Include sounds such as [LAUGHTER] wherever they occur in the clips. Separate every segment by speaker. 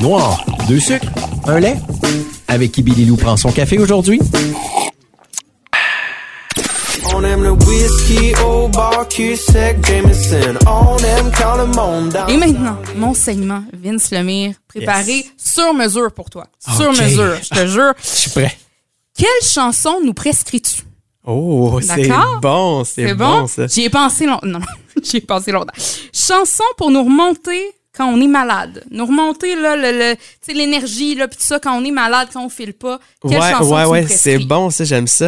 Speaker 1: Noir, deux sucres, un lait. Avec qui Billy Lou prend son café aujourd'hui?
Speaker 2: On aime le whisky au barcu sec Jameson. On aime quand le monde danse.
Speaker 3: Et maintenant, mon segment, Vince Lemire, préparé
Speaker 1: Yes.
Speaker 3: sur mesure pour toi. Sur
Speaker 1: Ok.
Speaker 3: mesure, je te jure.
Speaker 1: Je suis prêt.
Speaker 3: Quelle chanson nous prescris-tu?
Speaker 4: Oh, c'est
Speaker 3: D'accord.
Speaker 4: bon, c'est
Speaker 3: C'est
Speaker 4: bon,
Speaker 3: bon?
Speaker 4: ça.
Speaker 3: J'y ai pensé longtemps. Non, [LAUGHS] j'y ai pensé longtemps. Chanson pour nous remonter quand on est malade. Nous remonter, là, le, le- tu sais, l'énergie, là, pis tout ça, quand on est malade, quand on file pas. Quelle
Speaker 4: ouais,
Speaker 3: chanson
Speaker 4: ouais,
Speaker 3: tu
Speaker 4: ouais,
Speaker 3: nous
Speaker 4: c'est
Speaker 3: prescris?
Speaker 4: bon, ça, j'aime ça.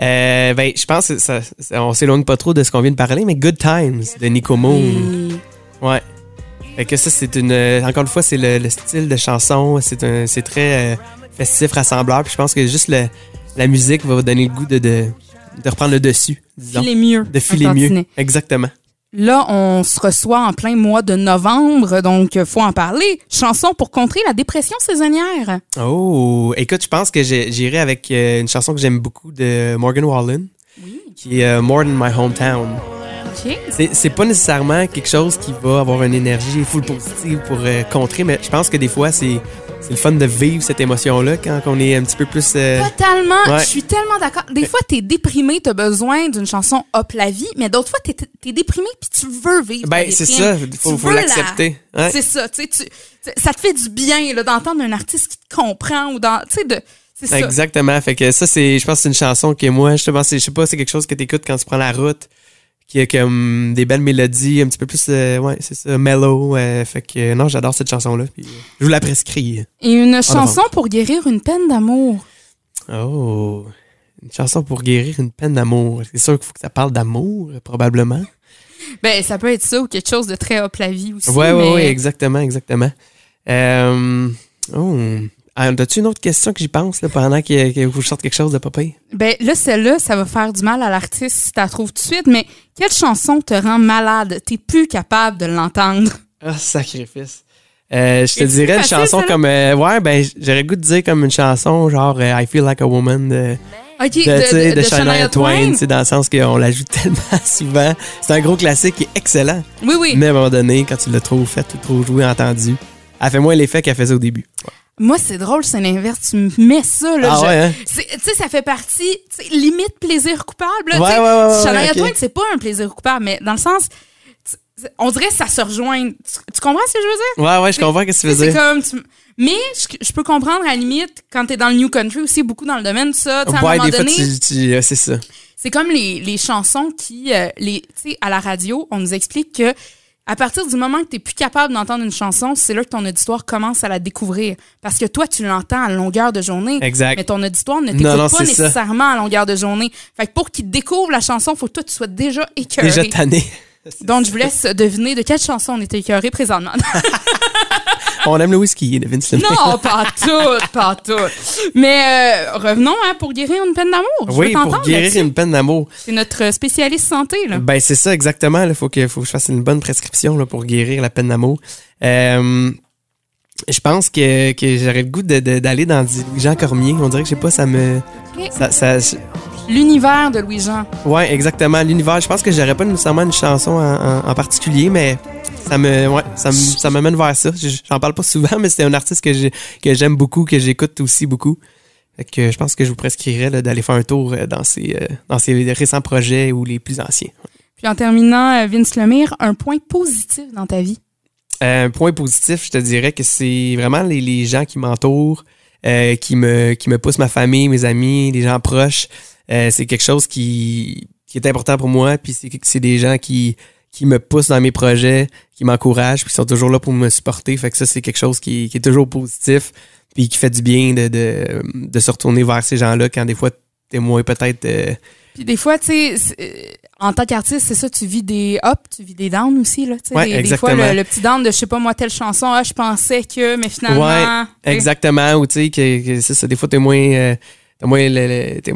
Speaker 4: Euh, ben, je pense que ça, ça- on s'éloigne pas trop de ce qu'on vient de parler, mais Good Times de Nico Moon.
Speaker 3: Et-
Speaker 4: Ouais. Fait que ça, c'est une. euh, Encore une fois, c'est le, le style de chanson. C'est un, c'est très euh, festif, rassembleur. Puis je pense que juste le- la musique va vous donner le goût de, de, de reprendre le dessus, disons.
Speaker 3: Filer mieux.
Speaker 4: de filer
Speaker 3: un
Speaker 4: mieux.
Speaker 3: tantinet.
Speaker 4: Exactement.
Speaker 3: Là, on se reçoit en plein mois de novembre, donc faut en parler. Chanson pour contrer la dépression saisonnière.
Speaker 4: Oh, écoute, je pense que j'ai- j'irai avec euh, une chanson que j'aime beaucoup de Morgan Wallen, qui est euh, More Than My Hometown.
Speaker 3: OK.
Speaker 4: C'est c'est pas nécessairement quelque chose qui va avoir une énergie full positive pour euh, contrer, mais je pense que des fois, c'est c'est le fun de vivre cette émotion-là quand on est un petit peu plus. euh,
Speaker 3: Totalement,
Speaker 4: Ouais.
Speaker 3: je suis tellement d'accord. Des fois, t'es déprimé, t'as besoin d'une chanson hop la vie, mais d'autres fois, t'es es déprimé puis tu veux vivre.
Speaker 4: Ben,
Speaker 3: ta
Speaker 4: c'est
Speaker 3: déprime.
Speaker 4: ça,
Speaker 3: Tu
Speaker 4: faut, faut
Speaker 3: veux la-
Speaker 4: l'accepter. Ouais.
Speaker 3: C'est ça, tu sais, tu- tu- ça te fait du bien là, d'entendre un artiste qui te comprend ou dans, tu sais, de, c'est ça.
Speaker 4: Exactement. Fait que ça, c'est, je pense, que c'est une chanson que moi, justement, c'est- je sais pas, c'est quelque chose que t'écoutes quand tu prends la route, qui a comme des belles mélodies, un petit peu plus, euh, ouais, c'est ça, mellow. euh, fait que euh, non, j'adore cette chanson-là. puis, euh, je vous la prescris.
Speaker 3: Et
Speaker 4: Ah,
Speaker 3: une chanson pour guérir une peine d'amour.
Speaker 4: Oh, une chanson pour guérir une peine d'amour. C'est sûr qu'il faut que ça parle d'amour, euh, probablement.
Speaker 3: Ben, ça peut être ça ou quelque chose de très hop la vie aussi.
Speaker 4: Ouais, ouais,
Speaker 3: mais-
Speaker 4: ouais, exactement, exactement. Euh, oh. Ah, As-tu une autre question que j'y pense là, pendant que, que vous sortez quelque chose de papier?
Speaker 3: Ben là, celle-là, ça va faire du mal à l'artiste si tu la trouves tout de suite, mais quelle chanson te rend malade? T'es plus capable de l'entendre.
Speaker 4: Ah, sacrifice. Euh, je te
Speaker 3: Et c'est
Speaker 4: dirais une
Speaker 3: facile,
Speaker 4: chanson
Speaker 3: ça, là?
Speaker 4: comme. euh, ouais, ben, j- j'aurais le goût de dire comme une chanson genre euh, I Feel Like a Woman de,
Speaker 3: OK,
Speaker 4: de, tu sais, de Shania Twain. C'est dans le sens qu'on la joue [LAUGHS] tellement souvent. C'est un gros classique qui est excellent.
Speaker 3: Oui, oui.
Speaker 4: Mais à un moment donné, quand tu l'as trop fait ou trop joué, entendu, elle fait moins l'effet qu'elle faisait au début.
Speaker 3: Moi, c'est drôle, c'est l'inverse. Tu me mets ça, là.
Speaker 4: Ah
Speaker 3: je-
Speaker 4: ouais, hein?
Speaker 3: C'est- Tu sais, ça fait partie, tu sais, limite plaisir coupable. là,
Speaker 4: Ouais,
Speaker 3: tu sais.
Speaker 4: ouais, ouais, ouais,
Speaker 3: Shania
Speaker 4: ouais, ok.
Speaker 3: Twain, c'est pas un plaisir coupable, mais dans le sens, tu- tu- on dirait que ça se rejoint. Tu, tu comprends ce que je veux dire?
Speaker 4: Ouais, ouais, je comprends ce que tu
Speaker 3: Tu sais,
Speaker 4: veux
Speaker 3: C'est
Speaker 4: dire.
Speaker 3: comme. tu- Mais je, je peux comprendre, à la limite, quand t'es dans le New Country aussi, beaucoup dans le domaine, ça. tu sais, à un
Speaker 4: Ouais,
Speaker 3: moment
Speaker 4: des fois,
Speaker 3: donné,
Speaker 4: tu. tu- euh, c'est ça.
Speaker 3: c'est comme les, les chansons qui, euh, les, tu sais, à la radio, on nous explique que à partir du moment que tu plus capable d'entendre une chanson, c'est là que ton auditoire commence à la découvrir. Parce que toi, tu l'entends à longueur de journée.
Speaker 4: Exact.
Speaker 3: Mais ton auditoire ne
Speaker 4: Non, non,
Speaker 3: t'écoute pas
Speaker 4: c'est ça.
Speaker 3: nécessairement à longueur de journée. Fait que pour qu'il découvre la chanson, faut que toi, tu sois déjà écœuré.
Speaker 4: Déjà tanné.
Speaker 3: Donc, je vous laisse deviner de quelle chanson on était écœuré présentement.
Speaker 4: [LAUGHS]
Speaker 3: [LAUGHS]
Speaker 4: On aime le whisky, de Vince Lomé.
Speaker 3: non, pas tout, pas tout. Mais euh, revenons hein, pour guérir une peine d'amour. Je veux
Speaker 4: Oui, pour
Speaker 3: t'entendre
Speaker 4: guérir
Speaker 3: là-dessus.
Speaker 4: une peine d'amour.
Speaker 3: C'est notre spécialiste santé. Là.
Speaker 4: Ben c'est ça exactement. Il faut que, faut que je fasse une bonne prescription là, pour guérir la peine d'amour. Euh, je pense que, que j'aurais le goût de- de- d'aller dans du Jean Cormier. On dirait que je sais pas, ça me,
Speaker 3: Ok.
Speaker 4: ça, ça- je-
Speaker 3: L'univers de Louis-Jean.
Speaker 4: ouais exactement l'univers. Je pense que j'aurais pas nécessairement une chanson en, en- en particulier, mais ça me, ouais, ça me, ça m'amène vers ça. Je- J'en parle pas souvent, mais c'est un artiste que j'ai- que j'aime beaucoup, que j'écoute aussi beaucoup. Fait que je pense que je vous prescrirais là, d'aller faire un tour euh, dans ces, euh, dans ces récents projets ou les plus anciens.
Speaker 3: Puis en terminant, euh, Vince Lemire, un point positif dans ta vie.
Speaker 4: Euh, Un point positif, je te dirais que c'est vraiment les, les gens qui m'entourent, euh, qui, me, qui me poussent ma famille, mes amis, les gens proches. Euh, c'est quelque chose qui, qui est important pour moi. Puis c'est, c'est des gens qui, qui me poussent dans mes projets, qui m'encouragent, puis qui sont toujours là pour me supporter. Fait que ça, c'est quelque chose qui, qui est toujours positif, puis qui fait du bien de, de, de se retourner vers ces gens-là quand des fois t'es moins peut-être. euh,
Speaker 3: Puis des fois, tu sais, c'est- euh, en tant qu'artiste, c'est ça, tu vis des ups, tu vis des downs aussi, là. tu sais,
Speaker 4: Ouais,
Speaker 3: des, des fois,
Speaker 4: exactement.
Speaker 3: le, le petit down de, je sais pas moi, telle chanson, ah, je pensais que, mais finalement.
Speaker 4: Ouais,
Speaker 3: tu sais.
Speaker 4: Exactement, ou tu sais, que, que c'est ça, des fois, t'es moins, euh, t'es moins, le- le- t'es,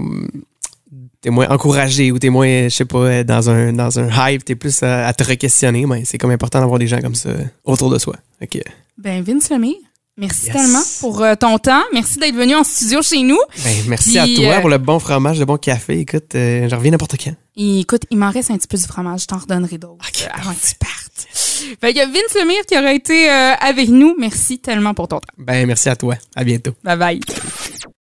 Speaker 4: t'es moins encouragé ou t'es moins, euh, je sais pas, euh, dans un, dans un hype, t'es plus à, à te re-questionner. Ben, c'est comme important d'avoir des gens comme ça autour de soi. Ok.
Speaker 3: Ben, Vince Lemire, Merci
Speaker 2: Yes.
Speaker 3: tellement pour euh, ton temps. Merci d'être venu en studio chez nous.
Speaker 2: Ben, merci
Speaker 3: Puis,
Speaker 2: à toi
Speaker 3: euh,
Speaker 2: pour le bon fromage, le bon café. Écoute, euh, je reviens n'importe quand.
Speaker 3: Et écoute, il m'en reste un petit peu du fromage. Je t'en redonnerai d'autres
Speaker 2: Ok,
Speaker 3: euh, avant que tu partes. Fait que Vince Lemire qui aura été euh, avec nous. Merci tellement pour ton temps.
Speaker 2: Ben, merci à toi. À bientôt.
Speaker 3: Bye bye.